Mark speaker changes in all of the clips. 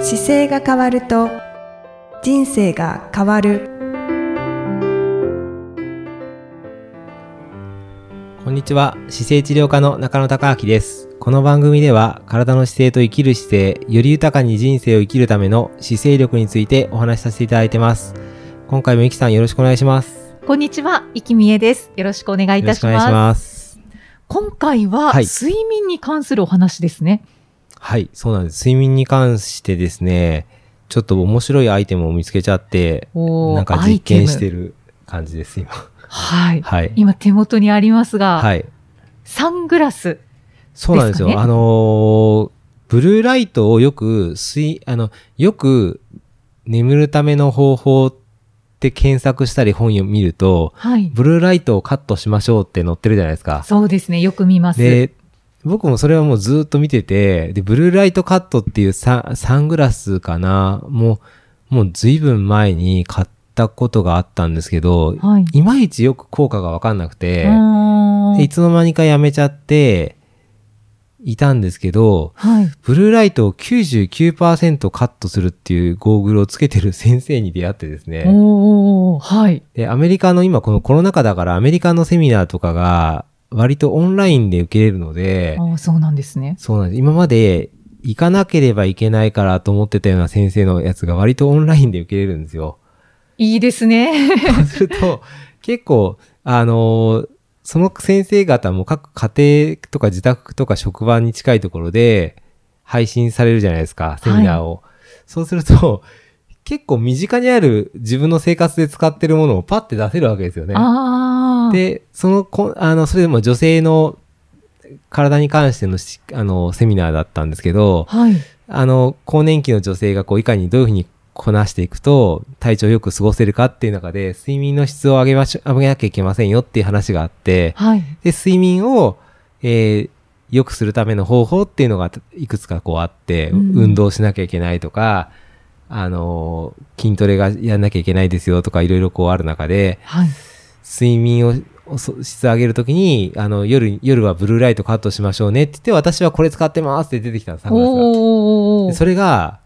Speaker 1: 姿勢が変わると人生が変わる
Speaker 2: こんにちは姿勢治療科の中野孝明ですこの番組では体の姿勢と生きる姿勢より豊かに人生を生きるための姿勢力についてお話しさせていただいてます今回もゆきさんよろしくお願いします
Speaker 3: こんにちは、生きみえです。よろしくお願いい
Speaker 2: よろ
Speaker 3: た
Speaker 2: し
Speaker 3: し
Speaker 2: くお願い
Speaker 3: ます。
Speaker 2: します
Speaker 3: 今回は、
Speaker 2: はい
Speaker 3: 睡眠に関するお話ですね。
Speaker 2: はいそうなんです睡眠に関してですねちょっと面白いアイテムを見つけちゃって
Speaker 3: おー
Speaker 2: なんか実験して
Speaker 3: アイテム
Speaker 2: る感じです今
Speaker 3: はい。
Speaker 2: はい
Speaker 3: 今手元にありますが、
Speaker 2: はい
Speaker 3: サングラス。
Speaker 2: そうなんですよ。
Speaker 3: ですか
Speaker 2: あ
Speaker 3: ね
Speaker 2: のーブルーライトをよく、睡あの、よく眠るための方法って検索したり本を見ると、
Speaker 3: はい。
Speaker 2: ブルーライトをカットしましょうって載ってるじゃないですか。
Speaker 3: そうですね、よく見ます。
Speaker 2: で、僕もそれはもうずっと見てて、で、ブルーライトカットっていうササングラスかな、もう、もう随分前に買ったことがあったんですけど、
Speaker 3: はい。
Speaker 2: いまいちよく効果がわかんなくて、
Speaker 3: うーん
Speaker 2: でいつの間にかやめちゃっていたんですけど、
Speaker 3: はい。
Speaker 2: ブルーライトを99%カットするっていうゴーグルをつけてる先生に出会ってですね。
Speaker 3: おー、はい。
Speaker 2: で、アメリカの今このコロナ禍だからアメリカのセミナーとかが割とオンラインで受けれるので、
Speaker 3: ああ、そうなんですね。
Speaker 2: そうなんです。今まで行かなければいけないからと思ってたような先生のやつが割とオンラインで受けれるんですよ。
Speaker 3: いいですね。
Speaker 2: そうすると、結構、あのーその先生方も各家庭とか自宅とか職場に近いところで配信されるじゃないですか、セミナーを。そうすると、結構身近にある自分の生活で使ってるものをパッて出せるわけですよね。
Speaker 3: ああ。
Speaker 2: で、そのこ、あの、それでも女性の体に関してのし、あの、セミナーだったんですけど、
Speaker 3: はい。
Speaker 2: あの、更年期の女性がこう、いかにどういうふうにこなしていくと、体調をよく過ごせるかっていう中で、睡眠の質を上げましょ、上げなきゃいけませんよっていう話があって、
Speaker 3: はい。
Speaker 2: で、睡眠を、えー良くするための方法っていうのがいくつかこうあって、
Speaker 3: うん
Speaker 2: 運動しなきゃいけないとか、あのー、筋トレがやんなきゃいけないですよとか、いろいろこうある中で、
Speaker 3: はい。
Speaker 2: 睡眠をおそ質上げるときに、あの、夜、夜はブルーライトカットしましょうねって言って、私はこれ使ってますって出てきたの、サングラスが。
Speaker 3: お
Speaker 2: で
Speaker 3: ー。
Speaker 2: それが、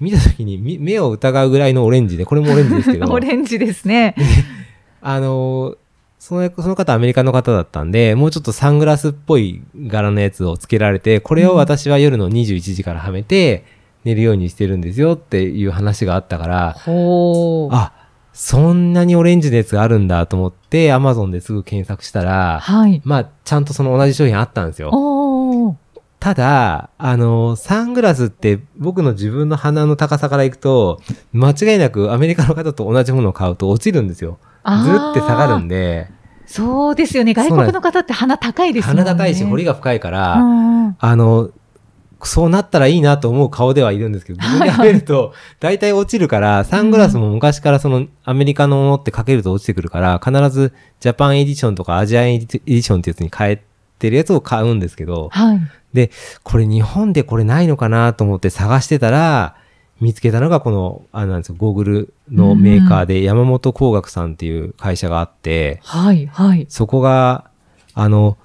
Speaker 2: 見たときにみ目を疑うぐらいのオレンジで、これもオレンジですけど
Speaker 3: オ、レンジですね。
Speaker 2: あのー、そのその方アメリカの方だったんで、もうちょっとサングラスっぽい柄のやつをつけられて、これを私は夜の21時からはめて寝るようにしてるんですよっていう話があったから、
Speaker 3: ほー。
Speaker 2: あ、そんなにオレンジのやつがあるんだと思って、アマゾンですぐ検索したら、
Speaker 3: はい。
Speaker 2: まあ、ちゃんとその同じ商品あったんですよ。
Speaker 3: おー。
Speaker 2: ただ、あの、サングラスって僕の自分の鼻の高さからいくと、間違いなくアメリカの方と同じものを買うと落ちるんですよ。ず
Speaker 3: あー
Speaker 2: って下がるんで、
Speaker 3: そうですよね。外国の方って鼻高いですもんね。
Speaker 2: 鼻高いし彫り
Speaker 3: が。
Speaker 2: が深いから、あの、そうなったらいいなと思う顔ではいるんですけ ど、自分ではめると大体落ちるから、サングラスも昔からそのアメリカのものってかけると落ちてくるから、必ずジャパンエディションとかアジアエディションってやつに変えてるやつを買うんですけど、
Speaker 3: はい。
Speaker 2: で、これ日本でこれないのかなと思って探してたら、見つけたのがこの、あれなんですよ、ゴーグルのメーカーで山本工学さんっていう会社があって、
Speaker 3: はい、はい。
Speaker 2: そこが、あの、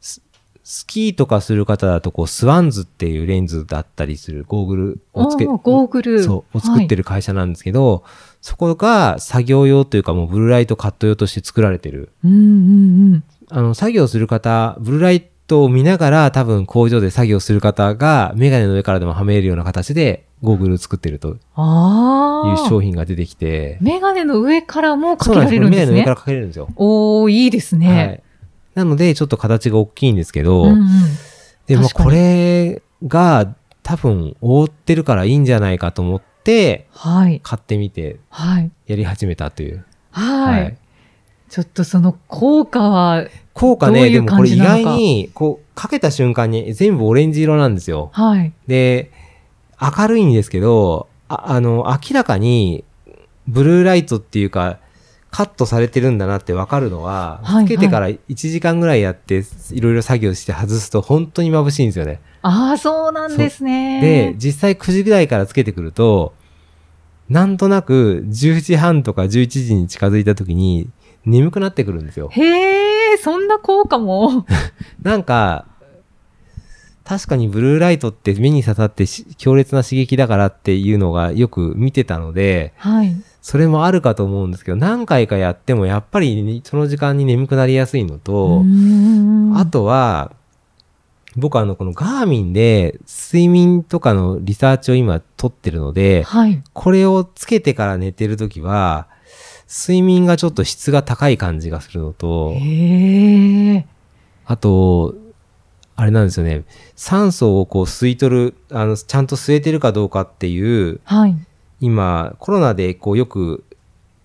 Speaker 2: ススキーとかする方だと、こう、スワンズっていうレンズだったりするゴーグルをつけ、
Speaker 3: おーゴーグル。
Speaker 2: そう、を作って
Speaker 3: る。
Speaker 2: る会社なんですけど、そこが作業用というかもうブルーライトカット用として作られてる
Speaker 3: うんうんうん。
Speaker 2: あの、作業する方、ブルーライトを見ながら多分工場で作業する方がメガネの上からでもはめるような形でゴーグルを作ってるという
Speaker 3: ああ。
Speaker 2: 商品が出てきて。
Speaker 3: メガネの上からもかけられ
Speaker 2: よ
Speaker 3: るん
Speaker 2: メガネ
Speaker 3: です
Speaker 2: の上か
Speaker 3: ね
Speaker 2: ら。かけれるんですよ。
Speaker 3: おおいいです
Speaker 2: は
Speaker 3: ね。
Speaker 2: い。なので、ちょっと形が大きいんですけど、
Speaker 3: うんうん
Speaker 2: でも
Speaker 3: 確かに
Speaker 2: これが多分覆ってるからいいんじゃないかと思って、
Speaker 3: はい、
Speaker 2: 買ってみて
Speaker 3: はい、
Speaker 2: やり始めたという。
Speaker 3: はい。ちょっとその効果は、
Speaker 2: 効果ね、
Speaker 3: どうい
Speaker 2: で
Speaker 3: う
Speaker 2: もこれ
Speaker 3: 感
Speaker 2: 意
Speaker 3: じなのか
Speaker 2: 外に、こう、かけた瞬間に全部オレンジ色なんですよ。
Speaker 3: はい。
Speaker 2: で、明るいんですけど、ああの、明らかに、ブルーライトっていうか、カットされてるんだなってわかるのは、
Speaker 3: はい
Speaker 2: つけてから1時間ぐらいやって、いろいろ作業して外すと本当に眩しいんですよね。
Speaker 3: ああ、そうなんですね。
Speaker 2: で、実際9時ぐらいからつけてくると、なんとなく10時半とか11時に近づいた時に眠くなってくるんですよ。
Speaker 3: へえ、そんな効果も。
Speaker 2: なんか、確かにブルーライトって目に刺さってし強烈な刺激だからっていうのがよく見てたので、
Speaker 3: はい。
Speaker 2: それもあるかと思うんですけど、何回かやってもやっぱりその時間に眠くなりやすいのと、あ
Speaker 3: あ、
Speaker 2: とは、僕あの、このガーミンで睡眠とかのリサーチを今取ってるので、
Speaker 3: はい。
Speaker 2: これをつけてから寝てるときは、睡眠がちょっと質が高い感じがするのと、
Speaker 3: へえ。
Speaker 2: あと、あれなんですよね、酸素をこう吸い取る、あの、ちゃんと吸えてるかどうかっていう、
Speaker 3: はい。
Speaker 2: 今、コロナでこうよく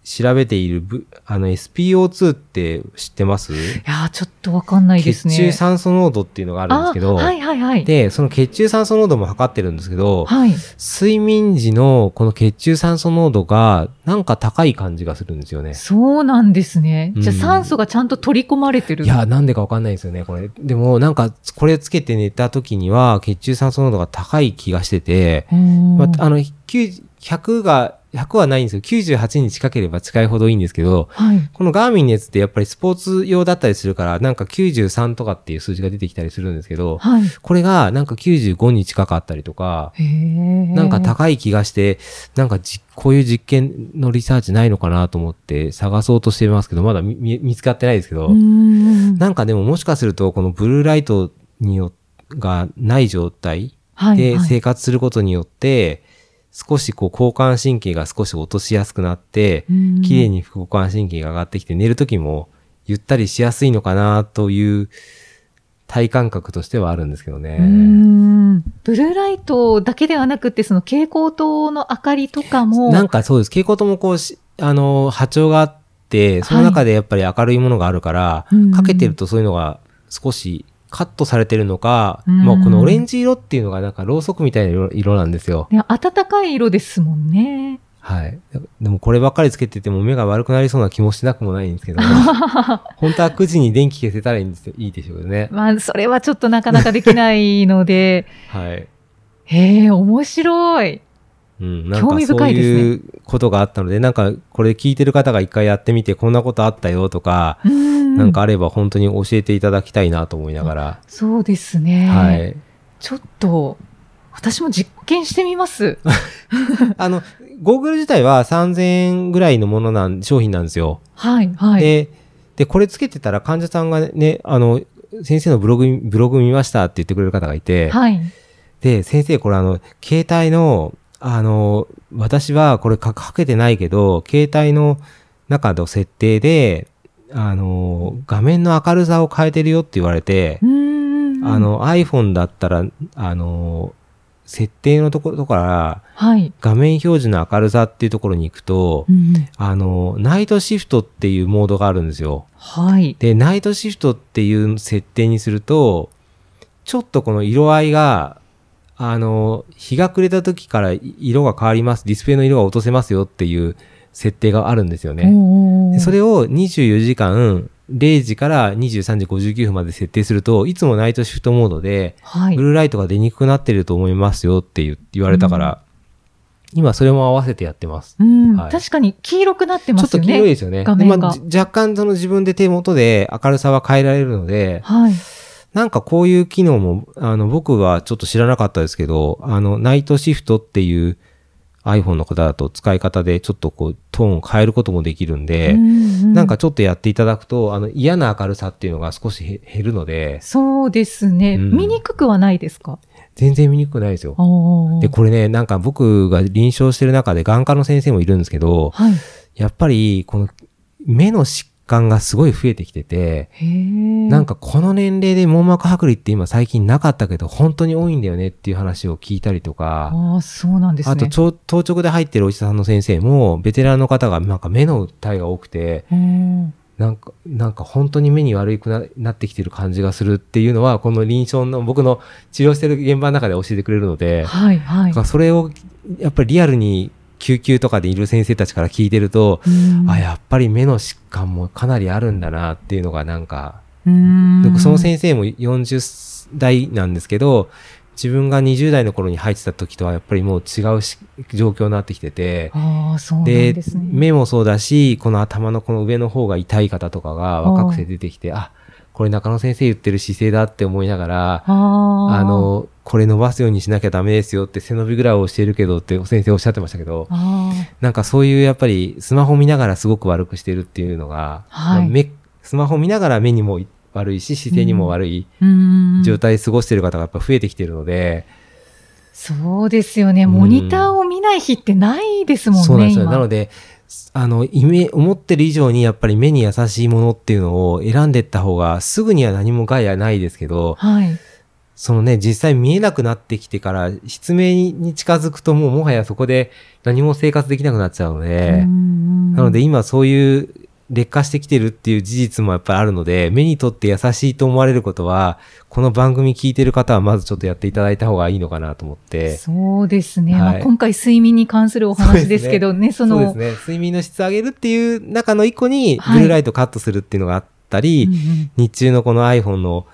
Speaker 2: 調べているぶ、あの SPO2 って知ってます
Speaker 3: いやーちょっとわかんないで
Speaker 2: 血
Speaker 3: すね。
Speaker 2: 中酸素濃度っていうのがあるんですけど、
Speaker 3: あはいはいはい。
Speaker 2: で、その血中酸素濃度も測ってるんですけど、
Speaker 3: はい。
Speaker 2: 睡眠時のこの血中酸素濃度がなんか高い感じがするんですよね。
Speaker 3: そうなんですね。じゃあ
Speaker 2: うん
Speaker 3: 酸素がちゃんと取り込まれてる。
Speaker 2: いや、なんでかわかんないですよね、これ。でも、なんか、これつけて寝た時には、血中酸素濃度が高い気がしてて、
Speaker 3: うーん、
Speaker 2: まあ、あの、90 100が、100はないんですよ。98に近ければ近いほどいいんですけど、
Speaker 3: はい。
Speaker 2: このガーミンのやつってやっぱりスポーツ用だったりするから、なんか93とかっていう数字が出てきたりするんですけど、
Speaker 3: はい。
Speaker 2: これがなんか95に近かったりとか、
Speaker 3: へえ。
Speaker 2: なんか高い気がして、なんかじこういう実験のリサーチないのかなと思って探そうとしてますけど、まだ見見見つかってないですけど、
Speaker 3: うーん。
Speaker 2: なんかでももしかすると、このブルーライトによがない状態
Speaker 3: はい
Speaker 2: で
Speaker 3: はい
Speaker 2: 生活することによって、少しこう交感神経が少し落としやすくなって、
Speaker 3: うん
Speaker 2: 綺麗に副交感神経が上がってきて寝る時もゆったりしやすいのかなという体感覚としてはあるんですけど
Speaker 3: う
Speaker 2: ね。
Speaker 3: ーんブルーライトだけではなくて、その蛍光灯の明かりとかも、
Speaker 2: なんかそうです。蛍光灯もこうし、あの、波長があって、その中でやっぱり明るいものがあるから、
Speaker 3: うん
Speaker 2: かけてるとそういうのが少しカットされてるのか、
Speaker 3: うん
Speaker 2: もうこのオレンジ色っていうのがなんかろうそくみたいな色色なんですよ。
Speaker 3: ね暖かい色ですもんね。
Speaker 2: はい。でもこればっかりつけてても目が悪くなりそうな気もしなくもないんです けど、本当は9時に電気消せたらいいんですよいいでしょうけどね。
Speaker 3: まあ、それはちょっとなかなかできない ので、
Speaker 2: はい。
Speaker 3: へえ、面白い。
Speaker 2: うん、なん
Speaker 3: 興
Speaker 2: か
Speaker 3: 味
Speaker 2: そ
Speaker 3: 深
Speaker 2: う
Speaker 3: いですね
Speaker 2: いうことがあったので、なんかこれ聞いてる方が一回やってみて、こんなことあったよとか、
Speaker 3: な
Speaker 2: なんかあれば本当に教えていただきたいなと思いながら。
Speaker 3: そうですね。
Speaker 2: はい。
Speaker 3: ちょっと、私も実験して みます。
Speaker 2: あの、ゴーグル自体は3000円ぐらいのものなん、商品なんですよ。
Speaker 3: はい、はい。
Speaker 2: で、で、これつけてたら患者さんがね、あの、先生のブログ、ブログ見ましたって言ってくれる方がいて、
Speaker 3: はい。
Speaker 2: で、先生これあの、携帯の、あの、私はこれかかけてないけど、携帯の中の設定で、あの、画面の明るさを変えてるよって言われて、
Speaker 3: うーん。
Speaker 2: あ、の iPhone だったら、あの、設定のところから
Speaker 3: はい。
Speaker 2: 画面表示の明るさっていうところに行くと、
Speaker 3: うん
Speaker 2: あの、ナイトシフトっていうモードがあるんですよ。
Speaker 3: はい。
Speaker 2: で、ナイトシフトっていう設定にすると、ちょっとこの色合いが、あの、日が暮れた時から色が変わります、ディスプレイの色が落とせますよっていう設定があるんですよね。
Speaker 3: おー
Speaker 2: でそれを24時間0時から23時59分まで設定するといつもナイトシフトモードで
Speaker 3: はい
Speaker 2: ブ。ルーライトが出にくくなってると思いますよって言う言われたから、今それも合わせてやってます。
Speaker 3: うん、
Speaker 2: はい
Speaker 3: 確かに黄色くなってま
Speaker 2: ちょっ
Speaker 3: す
Speaker 2: と
Speaker 3: よね。
Speaker 2: 黄色いですよね。
Speaker 3: 画面が
Speaker 2: まあじ若干その自分で手元で明るさは変えられるので、
Speaker 3: はい。
Speaker 2: なんかこういう機能も、あの、僕はちょっと知らなかったですけど、あの、ナイトシフトっていう iPhone の方だと使い方でちょっとこうトーンを変えることもできるんで、な
Speaker 3: なん
Speaker 2: かちょっとやっていただくと、あの、嫌な明るさっていうのが少しへ減るので、
Speaker 3: そうですね。
Speaker 2: うん
Speaker 3: 見にくくはないですか
Speaker 2: 全然見にくくないですよ。
Speaker 3: おー
Speaker 2: で、これね、なんか僕が臨床してる中で眼科の先生もいるんですけど、
Speaker 3: はい。
Speaker 2: やっぱり、この、目の疾患がすごい増えてきてて、
Speaker 3: へえ。
Speaker 2: なんかこの年齢で網膜剥離って今最近なかったけど、本当に多いんだよねっていう話を聞いたりとか、
Speaker 3: ああ、そうなんですね。
Speaker 2: あと、超当直で入ってるお医者さんの先生も、ベテランの方がなんか目の訴えが多くて、
Speaker 3: うん
Speaker 2: なんか、なんか本当に目に悪くななってきてる感じがするっていうのは、この臨床の僕の治療してる現場の中で教えてくれるので、
Speaker 3: はい、はい
Speaker 2: だから。それをやっぱりリアルに救急とかでいる先生たちから聞いてると、
Speaker 3: うん
Speaker 2: あ、やっぱり目の疾患もかなりあるんだなっていうのがなんか、
Speaker 3: うん
Speaker 2: 僕その先生も40代なんですけど、自分が20代の頃に入ってた時とはやっぱりもう違うし状況になってきてて、
Speaker 3: ああ、そうなん
Speaker 2: で
Speaker 3: ですね。
Speaker 2: 目もそうだしこの頭のこの上の方が痛い方とかが若くて出てきてあここれ中野先生言ってる姿勢だって思いながら、
Speaker 3: あー
Speaker 2: あ、の、これ伸ばすようにしなきゃダメですよって背伸びぐらいをしてるけどって先生おっしゃってましたけど、
Speaker 3: あ
Speaker 2: なんかそういうやっぱりスマホ見ながらすごく悪くしてるっていうのが、
Speaker 3: はい
Speaker 2: まあ目スマホ見ながら目にも悪いし姿勢にも悪い
Speaker 3: ーうん
Speaker 2: 状態過ごしてる方がやっぱ増えてきてるので、
Speaker 3: そうですよね。
Speaker 2: うん
Speaker 3: モニターを見ない日ってないですもんね。
Speaker 2: そうなんですよ。
Speaker 3: 今
Speaker 2: なので、あの、イメ思ってる以上にやっぱり目に優しいものっていうのを選んでった方がすぐには何も害はないですけど、
Speaker 3: はい。
Speaker 2: そのね、実際見えなくなってきてから、失明に近づくともうもはやそこで何も生活できなくなっちゃうので、な
Speaker 3: な
Speaker 2: ので、今そういう劣化してきてるっていう事実もやっぱりあるので、目にとって優しいと思われることは、この番組聞いてる方はまずちょっとやっていただいた方がいいのかなと思って。
Speaker 3: そうですね。
Speaker 2: はい
Speaker 3: まあ、今回睡眠に関するお話ですけどね、そ
Speaker 2: そう
Speaker 3: の、
Speaker 2: ですね。睡眠の質上げるっていう中の一個に、
Speaker 3: はい
Speaker 2: ブルーライトカットするっていうのがあったり、
Speaker 3: うんうん
Speaker 2: 日中のこの iPhone の、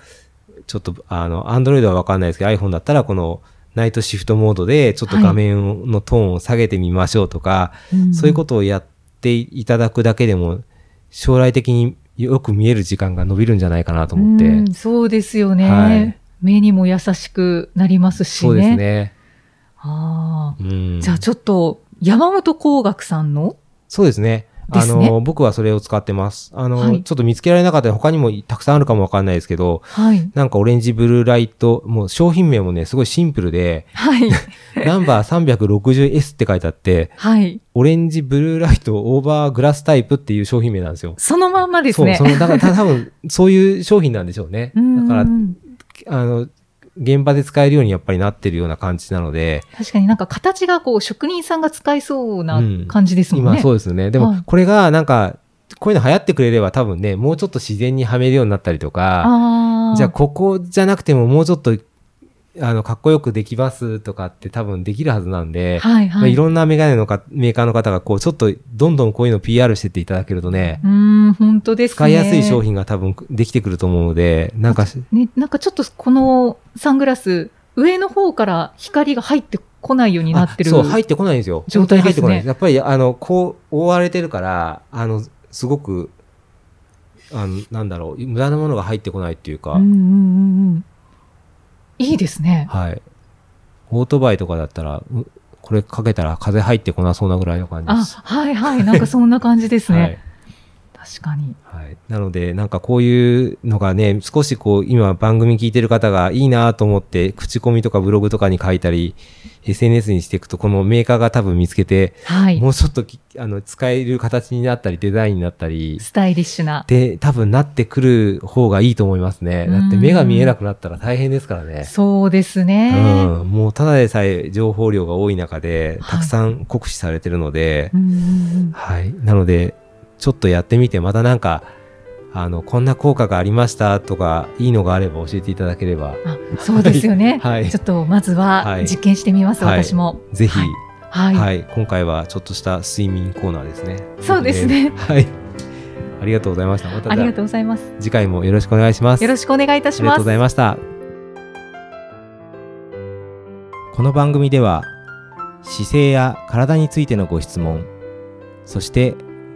Speaker 2: ちょっと、あの、Android はわかんないですけど、iPhone だったらこの、ナイトシフトモードで、ちょっと
Speaker 3: はい
Speaker 2: 画面のトーンを下げてみましょうとか、
Speaker 3: うん
Speaker 2: そういうことをやっていただくだけでも、将来的によく見える時間が伸びるんじゃないかなと思って。
Speaker 3: うんそうですよね、
Speaker 2: はい
Speaker 3: 目にも優しくなりますしね。
Speaker 2: そうですね。
Speaker 3: ああ
Speaker 2: うん、
Speaker 3: じゃあちょっと、山本光学さんの、
Speaker 2: そうですね。あの、
Speaker 3: ですね
Speaker 2: 僕はそれを使ってます。あの、
Speaker 3: はい
Speaker 2: ちょっと見つけられなかったら他にもたくさんあるかもわかんないですけど、
Speaker 3: はい。
Speaker 2: なんかオレンジブルーライト、もう商品名もね、すごいシンプルで、
Speaker 3: はい。
Speaker 2: ナンバー 360S って書いてあって、
Speaker 3: はい。
Speaker 2: オレンジブルーライトオーバーグラスタイプっていう商品名なんですよ。
Speaker 3: そのまんまですね。
Speaker 2: そう、その、だからた多分、そういう商品なんでしょうね。
Speaker 3: うんう
Speaker 2: だ
Speaker 3: ん
Speaker 2: から、あの、現場で使えるようにやっぱりなってるような感じなので、
Speaker 3: 確かになんか形がこう職人さんが使いそうな
Speaker 2: うん
Speaker 3: 感じですもんね。
Speaker 2: 今そうですね。で
Speaker 3: はい
Speaker 2: も、これがなんか、こういうの流行ってくれれば多分ね、もうちょっと自然にはめるようになったりとか、
Speaker 3: ああ。
Speaker 2: じゃあここじゃなくてももうちょっと、あの、かっこよくできますとかって多分できるはずなんで、
Speaker 3: はい
Speaker 2: まあ
Speaker 3: はいい。
Speaker 2: ろんなメガネのかメーカーの方がこう、ちょっとどんどんこういうの PR してっていただけるとね、
Speaker 3: うーん、本当ですね。
Speaker 2: 使いやすい商。品が多分できてくると思うので、なんか、
Speaker 3: ね、なんかちょっとこのサングラス、上の方から光が入ってこないようになってる。
Speaker 2: あそう、入ってこないんですよ。
Speaker 3: 状態です
Speaker 2: 本当に入
Speaker 3: ね
Speaker 2: ってこないです。やっぱり、あの、こう、覆われてるから、あの、すごく、あの、なんだろう、無駄なものが入ってこないっていうか、
Speaker 3: うんうんうんうん。いいですね。
Speaker 2: はい。オートバイとかだったら、うこれかけたら風入ってこなそうなぐらいの感じで
Speaker 3: あ、
Speaker 2: す。
Speaker 3: はいはい。なんかそんな感じですね。
Speaker 2: はい。
Speaker 3: 確かに。
Speaker 2: はい。なので、なんかこういうのがね、少しこう、今番組聞いてる方がいいなと思って、口コミとかブログとかに書いたり、SNS にしていくと、このメーカーが多分見つけて、
Speaker 3: はい。
Speaker 2: もうちょっときあの使える形になったりデザインになったり
Speaker 3: スタイリッシュな。
Speaker 2: で多分なってくる方がいいと思いますねだって目が見えなくなったら大変ですからね
Speaker 3: そうです
Speaker 2: う
Speaker 3: ね。
Speaker 2: ん、もうただでさえ情報量が多い中で
Speaker 3: は
Speaker 2: た
Speaker 3: い
Speaker 2: くさん酷使されてるので
Speaker 3: う、んうんうん
Speaker 2: はいなのでちょっとやってみてまたなんかあのこんな効果がありましたとかいいのがあれば教えていただければ
Speaker 3: あそうですよね。
Speaker 2: はい
Speaker 3: ちょっとまず
Speaker 2: は
Speaker 3: はい実験してみます、
Speaker 2: はい
Speaker 3: 私も。
Speaker 2: ぜひ、
Speaker 3: は
Speaker 2: はいい
Speaker 3: はい。
Speaker 2: 今回はちょっとした睡眠コーナーですね
Speaker 3: そうですね
Speaker 2: はいありがとうございましたまた
Speaker 3: あ
Speaker 2: じゃ
Speaker 3: り
Speaker 2: あ
Speaker 3: がとうございます。
Speaker 2: 次回もよろしくお願いします。
Speaker 3: よろしくお願いいた
Speaker 2: あ
Speaker 3: し
Speaker 2: りが
Speaker 3: ま
Speaker 2: とうご
Speaker 3: す。
Speaker 2: ざいました。この番組では姿勢や体についてのご質問、そして